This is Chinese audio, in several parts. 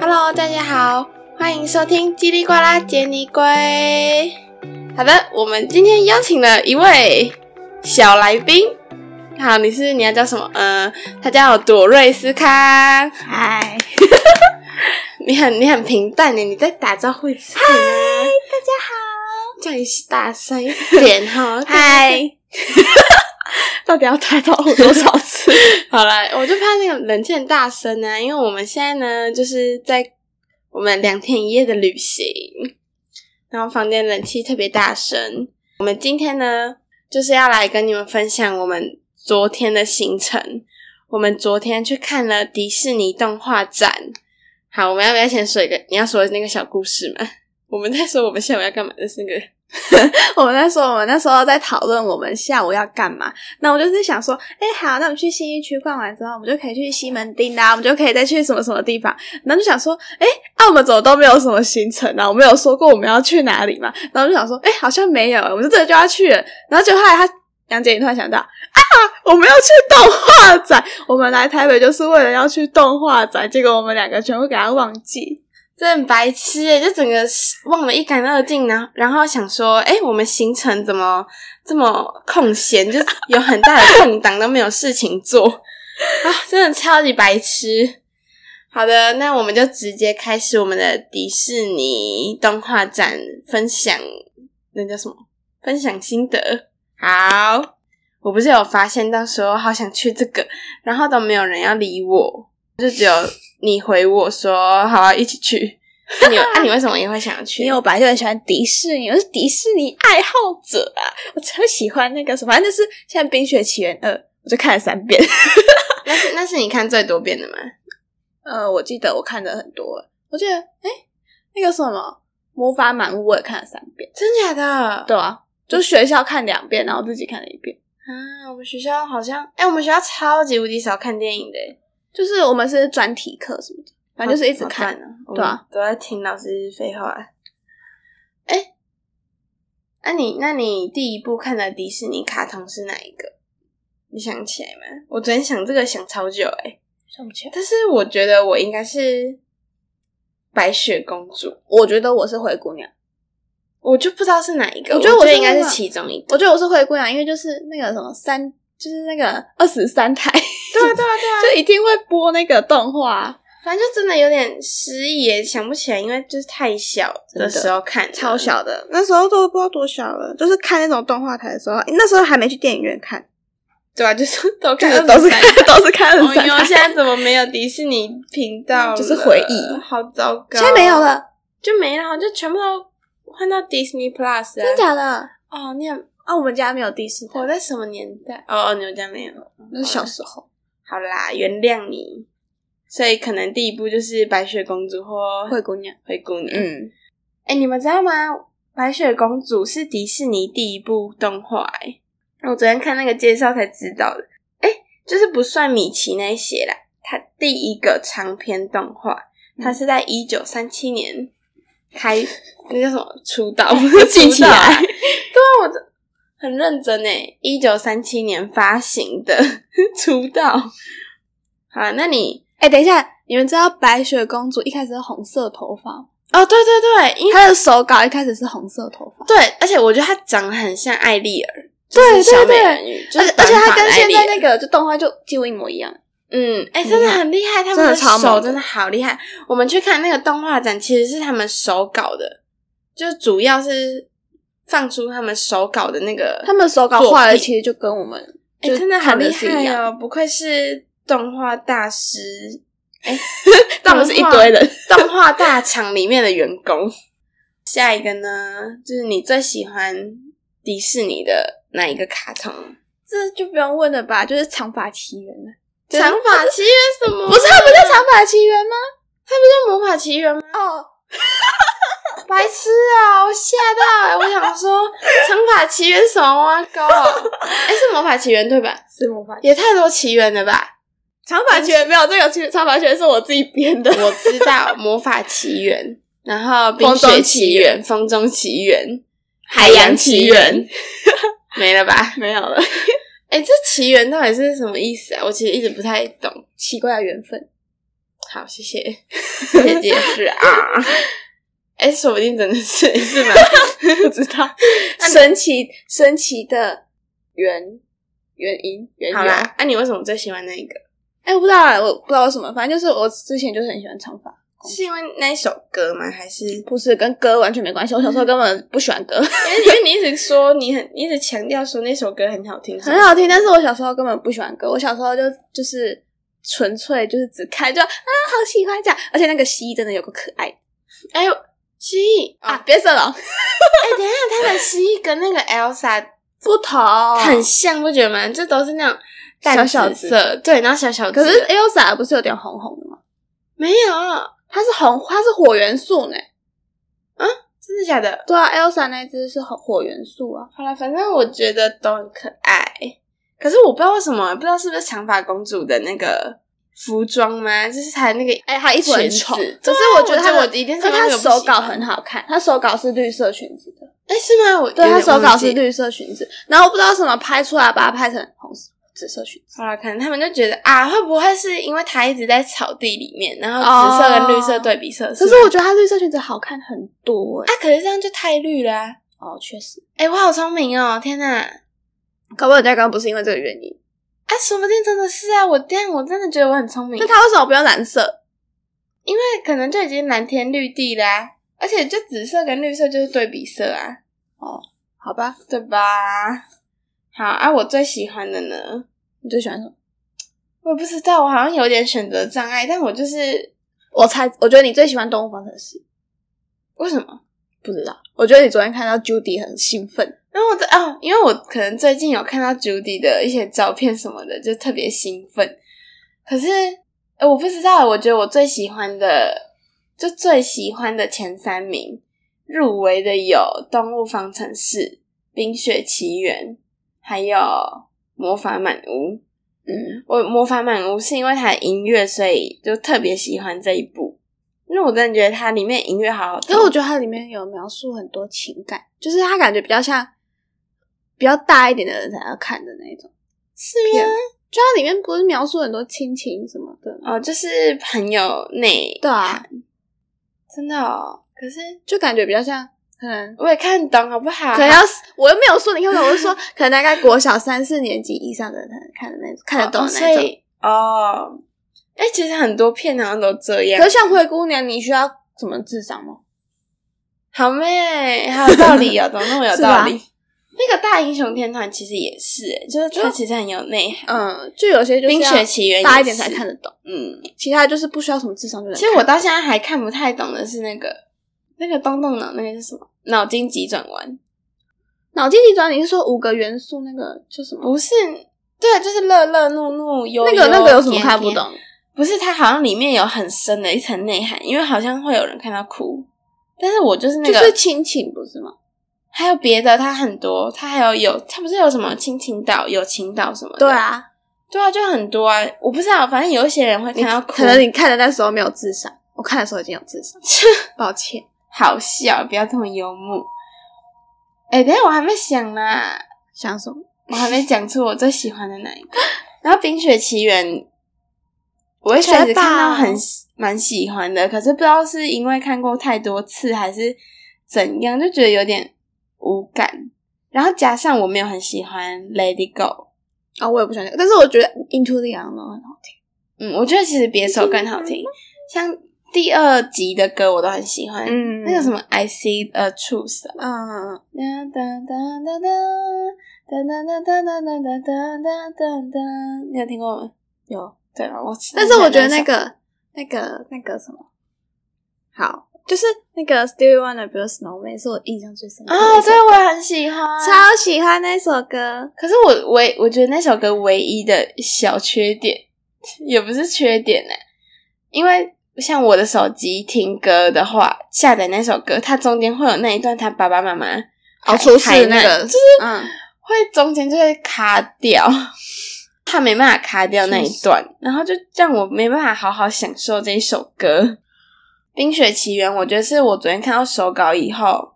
Hello，大家好，欢迎收听叽里呱啦杰尼龟。好的，我们今天邀请了一位小来宾。好，你是你要叫什么？呃，他叫朵瑞斯康。嗨，你很你很平淡呢，你再打招呼一次呢。大家啊叫你大声一点哈。好。， 嗨，到底要打招呼多少次？ 好了，我就怕那个人气很大声啊呢、因为我们现在呢就是在我们两天一夜的旅行，然后房间冷气特别大声。我们今天呢就是要来跟你们分享我们昨天的行程。我们昨天去看了迪士尼动画展。好，我们要不要先说一个？你要说那个小故事吗？ 我们在说我们下午要干嘛的是那个 我们那时候，我们那时候在讨论我们下午要干嘛。那我就是想说，哎、好，那我们去新一区逛完之后，我们就可以去西门町啦、我们就可以再去什么什么地方。然后就想说，哎、那、我们怎么都没有什么行程啊？我们有说过我们要去哪里嘛？然后就想说，哎、好像没有、我们就真的就要去了。然后就后来他杨姐，你突然想到啊，我们要去动画展，我们来台北就是为了要去动画展，结 果我们两个全部给他忘记。这很白痴诶，就整个忘了一干二净，然后然后想说，哎，我们行程怎么这么空闲， 就是有很大的空档都没有事情做 啊，真的超级白痴。好的，那我们就直接开始我们的迪士尼动画展分享，那叫什么？分享心得。好，我不是有发现，到时候好想去这个，然后都没有人要理我，就只有你回我说好啊，一起去。 那你那、你为什么也会想要去？因为我本来就很喜欢迪士尼，我是迪士尼爱好者啊，我超喜欢那个什么，反正就是像《冰雪奇缘二》，我就看了三遍。那是那是你看最多遍的吗？ 呃，我记得我看的很多，我记得哎、诶那个什么魔法满屋我也看了三遍，真假的？对啊，就学校看两遍，然后自己看了一遍。啊，我们学校好像，哎、我们学校超级无敌少看电影的，欸就是我们是专题课什么的，反正就是一直好看。赞哦对啊，我们都在听老师废话。哎、那、你那你第一部看的迪士尼卡通是哪一个？你想起来吗？我昨天想这个想超久哎、想不起来，但是我觉得我应该是白雪公主，我觉得我是灰姑娘，我就不知道是哪一个，我我觉得我觉得是应该那是个其中一个。我觉得我是灰姑娘，因为就是那个什么三，就是那个二十三台， 对啊，对啊，对啊，就一定会播那个动画。反正就真的有点失忆耶，想不起来，因为就是太小的时候看的，超小的，那时候都不知道多小了，就是看那种动画台的时候，那时候还没去电影院看，对啊， 就是都就看是都是看23 都是看哎23呦，台哦现在怎么没有迪士尼频道了？ 就是回忆好糟糕。 现在没有，了，就没了，就全部都换到 Disney Plus 啊！真假的？哦，你很啊，我们家没有第四台活，在什么年代？哦，哦你们家没有？那是小时候。好啦，原谅你。所以可能第一部就是白雪公主或灰姑娘，灰姑娘。嗯，哎、你们知道吗？白雪公主是迪士尼第一部动画、欸，我昨天看那个介绍才知道的。哎、就是不算米奇那一些啦，它第一个长篇动画，它是在一九三七年 开，那叫什么 出道？记起出道来啊对啊，我这很认真诶，一九三七年发行的 出道。好啊啦，那你哎、等一下，你们知道白雪公主一开始是红色头发吗，哦，对对对，因为她的手稿一开始是红色头发，对，而且我觉得她长得很像艾丽尔，对就是小对美对人鱼，就而是且而且短她发的跟艾现丽在尔那个就动画就几乎一模一样。嗯，哎、很真的厉害很厉害，他真们的超手猛真的好厉害。我们去看那个动画展，其实是他们手稿的，就主要是放出他们手稿的那个，他们手稿作画的品其实就跟我们哎、就真的好看厉的是一害样，哦，不愧是动画大师， 哎、但我们是一堆人。动画大厂里面的员工。下一个呢，就是你最喜欢迪士尼的哪一个卡通？这就不用问了吧，就是长发奇缘了。就是啊长 发奇缘什么？不是，它不叫长发奇缘吗？叫魔法奇缘吗？哦，白痴啊！我吓到、 欸，我想说《长发奇缘》什么挖沟 啊？哎、是《魔法奇缘》对吧？是魔法也太多奇缘了吧！长发奇缘没有这个奇缘，长发奇缘是我自己编的。我知道《魔法奇缘》， 然后《冰风中雪奇奇缘缘》《风中奇缘》《海海洋洋奇奇缘缘》，没了吧？没有了，哎、这奇缘到底是什么意思啊？我其实一直不太懂。奇怪的缘分。好，谢谢，谢谢 解释啊。哎，说不定真的是是 吗？ 不知道神奇神奇的原原因原由好。啦，啊那、你为什么最喜欢那一个？哎、我不知道啊，我不知道为什么，反正就是我之前就是很喜欢长发，是因为那一首歌吗？还是因不是跟歌完全没关系。我小时候根本不喜欢歌，为 因为你一直说你很，你一直强调说那首歌很好听，很好听，但是我小时候根本不喜欢歌。我小时候就就是纯粹就是只看就啊，好喜欢这样。而且那个蜥蜴真的有个可爱哎，蜥蜴啊，啊，别色龙哎、等一下，他的蜥蜴跟那个 Elsa 不同，很像，不觉得吗？就都是那种小淡小紫色，对，然后小小紫可的，是 Elsa 不是有点红红的吗？没有，它是红，它是火元素呢。真的假的？对啊，Elsa 那一只是火火元素啊。好了，反正我觉得都很可爱。可是我不知道为什么，不知道是不是长发公主的那个服装吗？就是她的那个哎、它一直很裙丑，子，可可是是啊我我觉得她它我的一定是可是那它个不手稿喜欢很好看，它手稿是绿色裙子的。哎、是吗？我对，有它点手稿忘记是绿色裙子，然后我不知道什么拍出来，把它拍成红色紫色裙子。好了，可能他们就觉得啊，会不会是因为她一直在草地里面，然后紫色跟绿色对比色？可哦是是啊吗我觉得它绿色裙子好看很多哎、啊，可是这样就太绿了、啊。哦，确实，哎、我好聪明哦！天哪，啊，搞不好人家刚刚不是因为这个原因。说不定真的是啊！我这样我真的觉得我很聪明那，它为什么不用蓝色？因为可能就已经蓝天绿地啦、而且就紫色跟绿色就是对比色啊，好吧，对吧？好啊，我最喜欢的呢，你最喜欢什么？我也不知道，我好像有点选择障碍，但我就是我猜，我觉得你最喜欢动物方程式。为什么？不知道，我觉得你昨天看到 Judy 很兴奋，因为我在哦，因为我可能最近有看到 Judy 的一些照片什么的，就特别兴奋。可是、呃我不知道，我觉得我最喜欢的，就最喜欢的前三名入围的有《动物方程式》《冰雪奇缘》，还有《魔法满屋》。嗯，我《魔法满屋》是因为它的音乐，所以就特别喜欢这一部。因为我真的觉得它里面音乐好好因听为，我觉得它里面有描述很多情感，就是它感觉比较像比较大一点的人才要看的那一种是片吗？，就它里面不是描述很多亲情什么的，哦，就是很有内对啊，真的哦，可是就感觉比较像可能。我也看懂，好不好？可啊能要是我又没有说你看不懂，我 是说可能大概国小三四年级以上的人才能看的那种，看得懂哦的所那种。以哦，哎、其实很多片好像都这样可是。像灰姑娘，你需要什么智商吗？好妹，好有道理 哦，怎么那么有是道吧理？那个大英雄天团其实也是、哎就是它就其实很有内涵。嗯，就有些就是冰要雪奇缘大也一点才是看得懂，嗯，其他就是不需要什么智商就能其实我到现在还看不太懂的是那个那个动动脑那个是什么？脑筋急转弯脑筋急转，你是说五个元素那个叫什么？不是？对，啊就是乐乐怒怒忧那忧个那个有什么甜看不甜懂？不是，它好像里面有很深的一层内涵，因为好像会有人看到哭，但是我就是那就个，是亲情不是吗？还有别的，它很多，它还有有，它不是有什么亲情岛、友情岛什么的，对，啊，对啊，就很多啊，我不知道，反正有一些人会你看到哭，可能你看的那时候没有智商，我看的时候已经有智商，抱歉。好笑，不要这么幽默。哎、等一下我还没想啦，想什么？我还没讲出我最喜欢的哪一个。 然后《冰雪奇缘》，我一开始学霸看到哦很喜蛮喜欢的，可是不知道是因为看过太多次还是怎样，就觉得有点无感。然后加上我没有很喜欢《Lady Go》，啊、我也不喜欢那个，但是我觉得 Into the Unknown 很好听。嗯，我觉得其实别首更好听，像第二集的歌我都很喜欢，嗯那个什么《I See a Truth》啊。嗯，哒哒哒哒哒哒哒哒哒哒哒哒哒哒哒，你有听过吗？有。对吧？我但啊是我觉得那个那个那个什么，好，就是那个 Stevie Wonder 比如 Snowman 是我印象最深刻的啊，一首对，我也很喜欢。超喜欢那首歌。可是我唯我觉得那首歌唯一的小缺点， 也不是缺点呢、因为像我的手机听歌的话，下载那首歌，它中间会有那一段他爸爸妈妈哦，海出事海那难个，就是嗯，会中间就会卡掉， 他没办法卡掉那一段，然后就让我没办法好好享受这一首歌。《冰雪奇缘》，我觉得是我昨天看到手稿以后，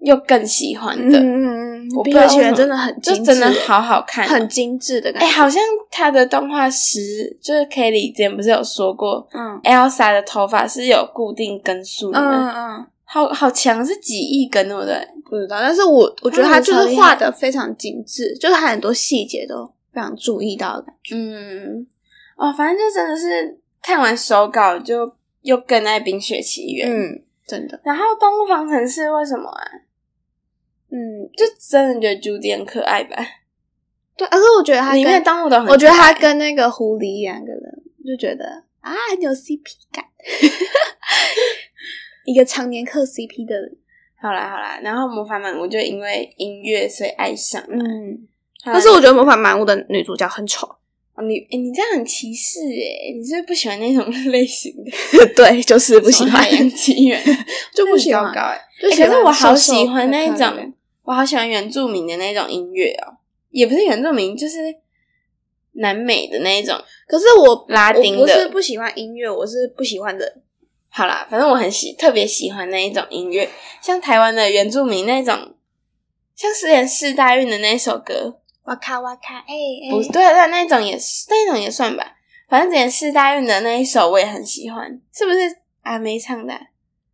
又更喜欢嗯的，嗯嗯，我不碧知道月为奇缘什么真的很精就致，真的好好看哦、很精致的感哎、觉。好像他的动画师就是 Kelly 之前不是有说过嗯，Elsa 的头发是有固定根数的嗯吗，嗯嗯，好好强，是几亿根对不对？不知道，但是我我觉得他他们就是超厉害画的非常精致，就是他很多细节都非常注意到的感觉。嗯，哦，反正就真的是看完手稿就又更爱《冰雪奇缘》。嗯，真的，然后《动物方程式》为什么啊？嗯，就真的觉得朱迪很可爱吧？对，而且我觉得他里面的跟动物都很可爱，我觉得他跟那个狐狸两个人就觉得啊很有 CP 感， 一个常年嗑 CP 的人，好啦好啦。然后魔法满屋就因为音乐所以爱上了。嗯。好啦但是我觉得《魔法满屋》的女主角很丑， 哦你诶你这样很歧视诶，你是不是不喜欢那种 类型的？对，就是不喜什么欢海，洋奇缘 就不喜很糟欢糕。哎、就欸喜欢可是我好瘦瘦喜欢那一漂亮的种，我好喜欢原住民的那种音乐哦，也不是原住民，就是南美的那一种。可是我拉丁的我不是不喜欢音乐，我是不喜欢人。好啦，反正我很喜，特别喜欢那一种音乐，像台湾的原住民那种，像之前四大运的那首歌，哇咔哇咔，哎、哎，不对，啊对，那一种也是，那一种也算吧。反正之前四大运的那一首我也很喜欢，是不是阿妹唱的啊、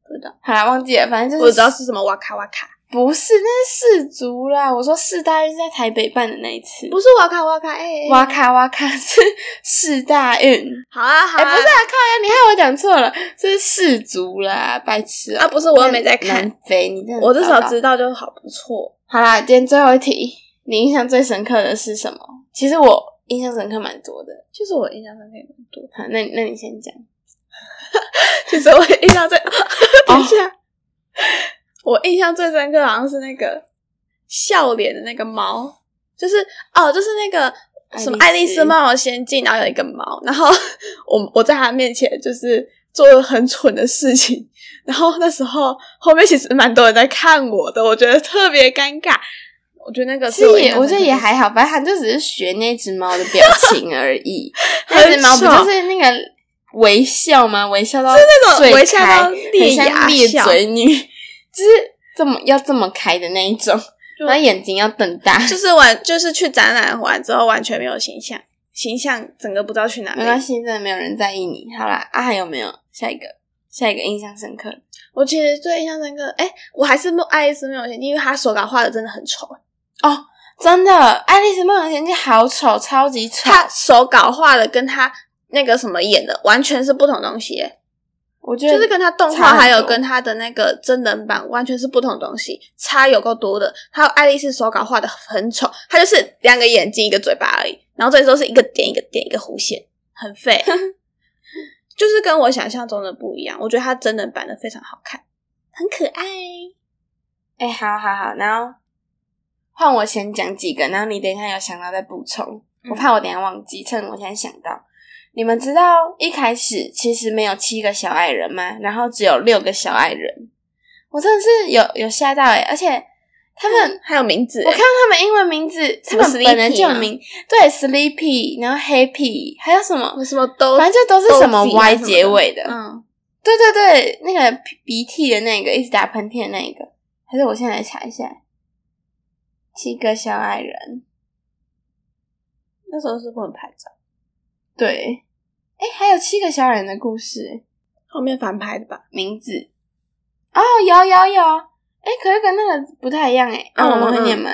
不知道，好啦，忘记了，反正就是我知道是什么哇咔哇咔，不是，那是氏族啦。我说四大运是在台北办的那一次，不是哇咔哇咔，哎、哎哇咔哇咔 是四大运。好啊好哎、啊，不是啊，靠呀！你害我讲错了，是氏族啦，白痴啊啊，不是我又没在看南，非，你真的我至少糟糕知道就好不错。好啦，今天最后一题，你印象最深刻的是什么？其实我印象深刻蛮多的。其实我印象深刻也蛮多，好，那那你先讲。其实我印象哦最， 等一下，我印象最深刻好像是那个笑脸的那个猫，就是哦，就是那个爱丽丝什么《爱丽丝梦游仙境》，然后有一个猫，然后 我我在他面前就是做了很蠢的事情，然后那时候后面其实蛮多人在看我的，我觉得特别尴尬。我觉得 那个其是实印也象我深刻觉的得也还好，反正它就只是学那只猫的表情而 已。很那只猫不丑就是那个微笑吗？微笑到种最微笑开到裂很像牙裂笑嘴女，就是这么要这么开的那一种，就然后眼睛要瞪大。就是完， 就是去展览完之后完全没有形象，形象整个不知道去哪 里没。关系，真的没有人在意你。好啦，啊，还有没有下一个？下一个印象深刻的我其实最印象深刻，哎、我还是梦爱丽丝梦游仙境，因为她手稿画的真的很丑，真的，《爱丽丝梦游仙境》好丑，超级丑。她手稿画的跟她那个什么演的完全是不同东西，哎我觉得就是跟她动差很画多还有跟她的那个真人版完全是不同东西，差有够多的。还有爱丽丝手稿画的很丑，她就是两个眼睛一个嘴巴而已，然后这时候是一个点一个点一个弧线，很废，就是跟我想象中的不一样。我觉得她真人版的非常好看，很可爱。哎、好好好，然后换我先讲几个，然后你等一下有想到再补充。嗯我怕我等一下忘记，趁我现在想到。你们知道一开始其实没有七个小矮人吗？然后只有六个小矮人，我真的是有有吓到哎、而且他 们、还有名字，我看到他们英文名字，他什么们本来 Sleepy 就有吗名，对，sleepy，然后 happy，还有什么我？欸什么都，反正这都是什么都记啊 Y 什么的结尾的，嗯，对对对，那个鼻涕的那个，一直打喷嚏的那个，还是我现在来查一下，七个小矮人，那时候是不能拍照，对，哎，还有七个小矮人的故事后面翻拍的吧？名字，哦，有有有，哎，可是跟那个不太一样哎，那、嗯我们会念嗯吗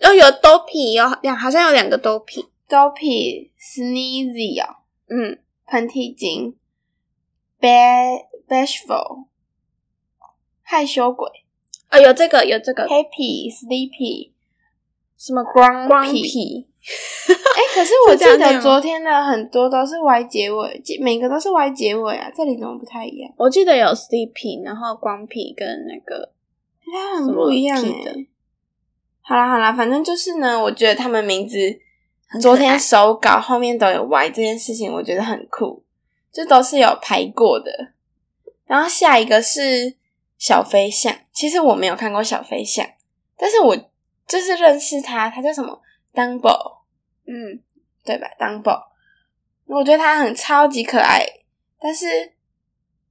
哦，有兜皮，有两，好像有两个兜皮。 ？Dopey sneezy 哦，嗯，喷嚏精，ba- bashful，害羞鬼哦，有这个，有这个，happy sleepy 什么光 grumpy。皮， 哎、可是我是记这样哦念得吗昨天的很多都是 Y 结尾，结每个都是 Y 结尾啊，这里怎么不太一样？我记得有 sleepy，然后光皮跟那个，它很不一样什么哎、屁的好啦好啦，反正就是呢，我觉得他们名字很可昨天爱手稿后面都有 Y 这件事情，我觉得很酷，这都是有排过的。然后下一个是小飞象，其实我没有看过小飞象，但是我就是认识他，他叫什么 Dumbo。嗯，对吧？当宝，我觉得它很超级可爱，但是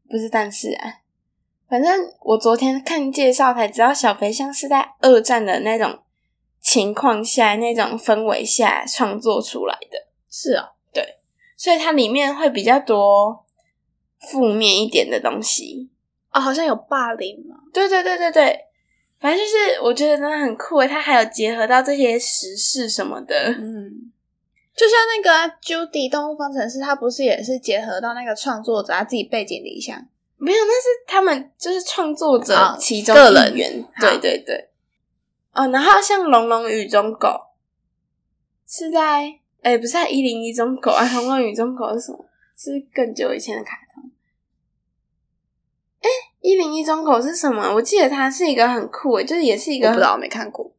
不是但是啊？反正我昨天看介绍才知道，小肥象是在二战的那种情况下、那种氛围下创作出来的，是哦，所以它里面会比较多负面一点的东西。哦，好像有霸凌嘛，对对对对对，反正就是我觉得真的很酷诶，欸它还有结合到这些时事什么的。嗯，就像那个啊、Judy 动物方程式，它不是也是结合到那个创作者他自己背景理想？没有，那是他们就是创作者哦其中个人一员，好对对对。哦，然后像《龙龙与中狗》是在哎，不是在一零一中狗啊，《龙龙与中狗》是什么？是更久以前的卡通。哎，一零一中狗是什么？我记得它是一个很酷诶，就是也是一我不知个道，我没看过。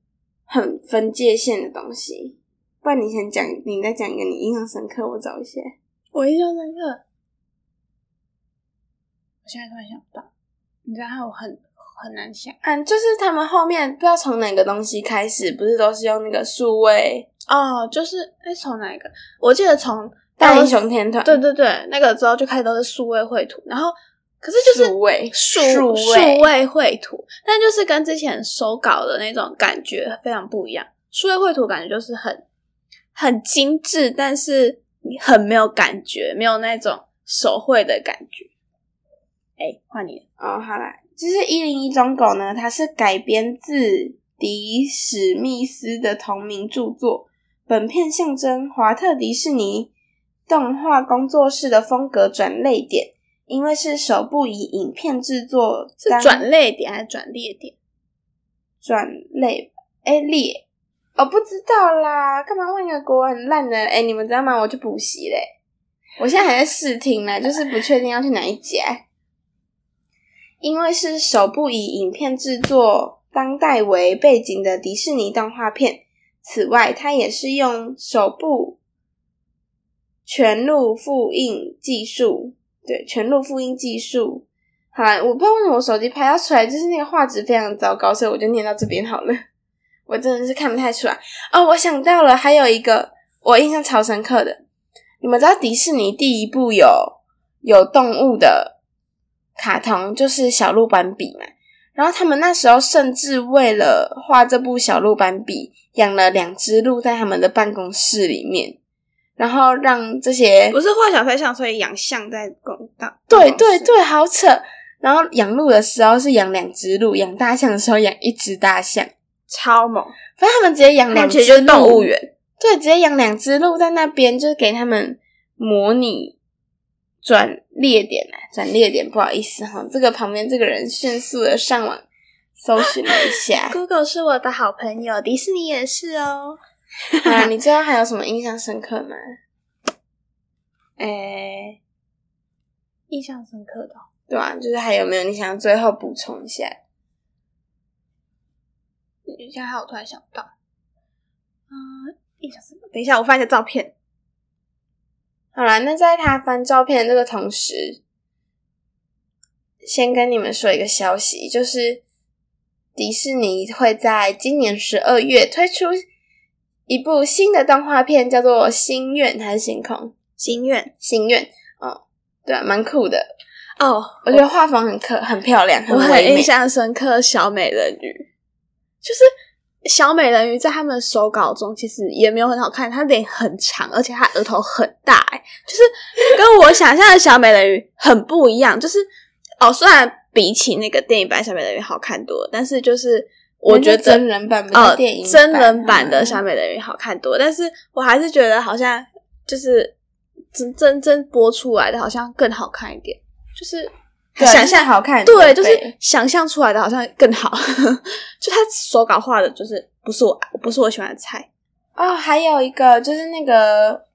很分界线的东西。不然你先讲，你再讲一个你印象深刻，我找一些。我印象深刻，我现在突然想不到，你知道我很很难想嗯，就是他们后面不知道从哪个东西开始，不是都是用那个数位哦，就是哎，从哪一个？我记得从大英雄天团，对对对，那个之后就开始都是数位绘图，然后可是就是数位数数位数位绘图，但就是跟之前手稿的那种感觉非常不一样。数位绘图感觉就是很很精致，但是你很没有感觉，没有那种手绘的感觉。哎，换你了哦，好啦，就是一零一忠狗呢，它是改编自迪史密斯的同名著作。本片象征华特迪士尼动画工作室的风格转类点，因为是首部以影片制作是当转泪点还是转裂点？转类哎列，我、不知道啦，干嘛问一个国文很烂的？哎、你们知道吗？我去补习嘞，我现在还在试听呢，就是不确定要去哪一家，因为是首部以影片制作当代为背景的迪士尼动画片。此外，它也是用首部全录复印技术，对，全录复印技术好啦，我不知道为什么我手机拍到出来就是那个画质非常糟糕，所以我就念到这边好了。我真的是看不太出来哦。我想到了，还有一个我印象超深刻的，你们知道迪士尼第一部有有动物的卡通就是小鹿斑比嘛？然后他们那时候甚至为了画这部小鹿斑比，养了两只鹿在他们的办公室里面，然后让这些 不是画小飞象，所以养象在公道。对对，对，好扯。然后养鹿的时候是养两只鹿，养大象的时候养一只大象，超猛！反正他们直接养那两其只实就是鹿动物，园，。对，直接养两只鹿在那边，就是给他们模拟转列点啊，转列点，不好意思哈，这个旁边这个人迅速的上网搜寻了一下 Google 是我的好朋友，迪士尼也是哦。好啦，你知道还有什么印象深刻吗？诶、印象深刻的哦、对啊，就是还有没有你想要最后补充一下？现在还有突然想不到，嗯，印象深刻。等一下，我翻一下照片。好啦，那在他翻照片的这个同时，先跟你们说一个消息，就是迪士尼会在今年十二月推出一部新的动画片，叫做《心愿》还是《星空》？《心愿心愿》哦，对啊、蛮酷的。哦，我觉得画风很可，很漂亮，我很很唯印美。象深刻。小美人鱼就是小美人鱼，在他们手稿中其实也没有很好看，她脸很长，而且她额头很大、哎，就是跟我想象的小美人鱼很不一样。就是哦，虽然比起那个电影版小美人鱼好看多了，但是就是我觉得真人版不呃是电哦影版、嗯真人版的好小吗美人鱼好看多，但是我还是觉得好像就是真真真播出来的好像更好看一点，就是对啊想象就是好看对，就是对想象出来的好像更好， 就他手稿画的，就是不是我不是我喜欢的菜，哦，还有一个就是那个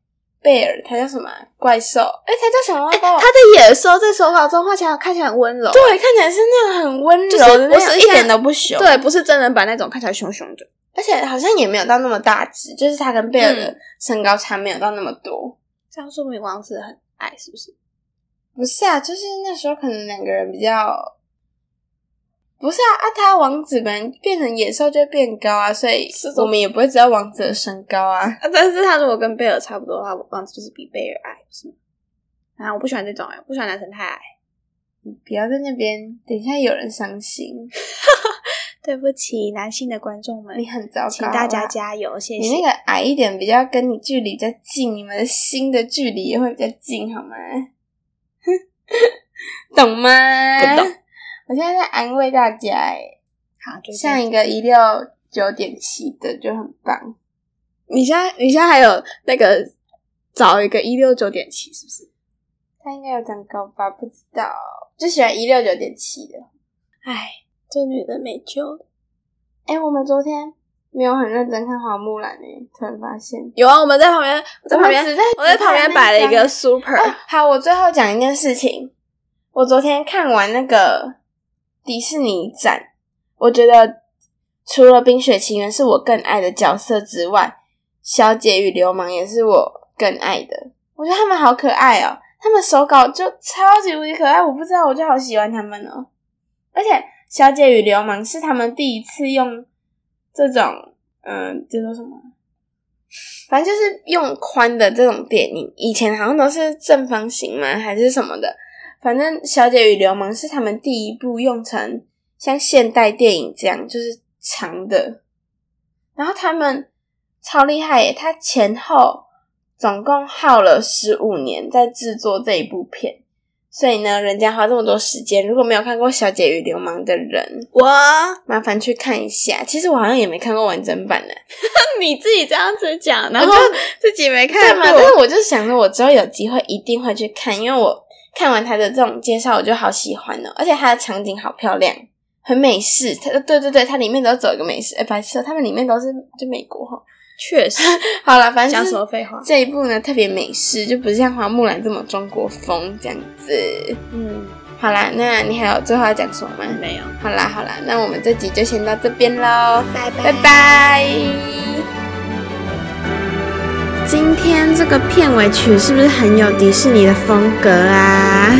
贝尔，他叫什么啊怪兽？哎，他叫什么来着？他的野兽在手稿中画起来看起来很温柔，对，看起来是那样很温柔的就那是种，我是一点都不凶。对，，不是真人版那种看起来凶凶的，而且好像也没有到那么大只，就是他跟贝尔的嗯身高差没有到那么多。这样说明王子很矮是不是？ 不是啊，就是那时候可能两个人比较，不是啊啊，他王子本来变成野兽就会变高啊，所以是的我们也不会知道王子的身高啊。啊，但是他如果跟贝尔差不多的话，王子就是比贝尔矮，不是吗？啊，我不喜欢这种、欸，我不喜欢男生太矮。不要在那边，等一下有人伤心，对不起，男性的观众们你，很糟糕啊。请大家加油，谢你那谢。个矮一点，比较跟你距离比较近，你们的心的距离也会比较近，好吗？懂吗？不懂。 我现在在安慰大家、欸，好，就这样像一个一六九点七的就很棒。你现在你现在还有那个找一个一六九点七，是不是？他应该有长高吧？不知道，就喜欢一六九点七的。哎，这女的没救了。哎、我们昨天没有很认真看花木兰诶、突然发现。有啊，我们在旁边，我在旁边我，只在我在旁边摆了一个只 super，、看那张、啊好，我最后讲一件事情。我昨天看完那个迪士尼展，我觉得除了《冰雪奇缘》是我更爱的角色之外，《小姐与流氓》也是我更爱的。我觉得他们好可爱哦、他们手稿就超级无敌可爱，我不知道，我就好喜欢他们哦、而且《小姐与流氓》是他们第一次用这种，嗯，这叫什么？反正就是用宽的这种电影，以前好像都是正方形嘛，还是什么的。反正《小姐与流氓》是他们第一部用成像现代电影这样，就是长的。然后他们超厉害耶，他前后总共耗了十五年在制作这一部片，所以呢，人家花这么多时间。如果没有看过《小姐与流氓》的人，我，麻烦去看一下。其实我好像也没看过完整版呢。 你自己这样子讲，然后我啊自己没对看嘛？但过，是我就想着，我之后有机会一定会去看，因为我看完他的这种介绍，我就好喜欢哦，而且它的场景好漂亮，很美式。它对对对，它里面都走一个美式，哎、白色，他们里面都是就美国哈。确实， 好了，反正讲就什是么废话？这一部呢特别美式，就不是像花木兰这么中国风这样子。嗯，好啦，那你还有最后要讲什么吗？没有，好啦好啦，那我们这集就先到这边喽。拜拜拜拜。今天这个片尾曲是不是很有迪士尼的风格啊？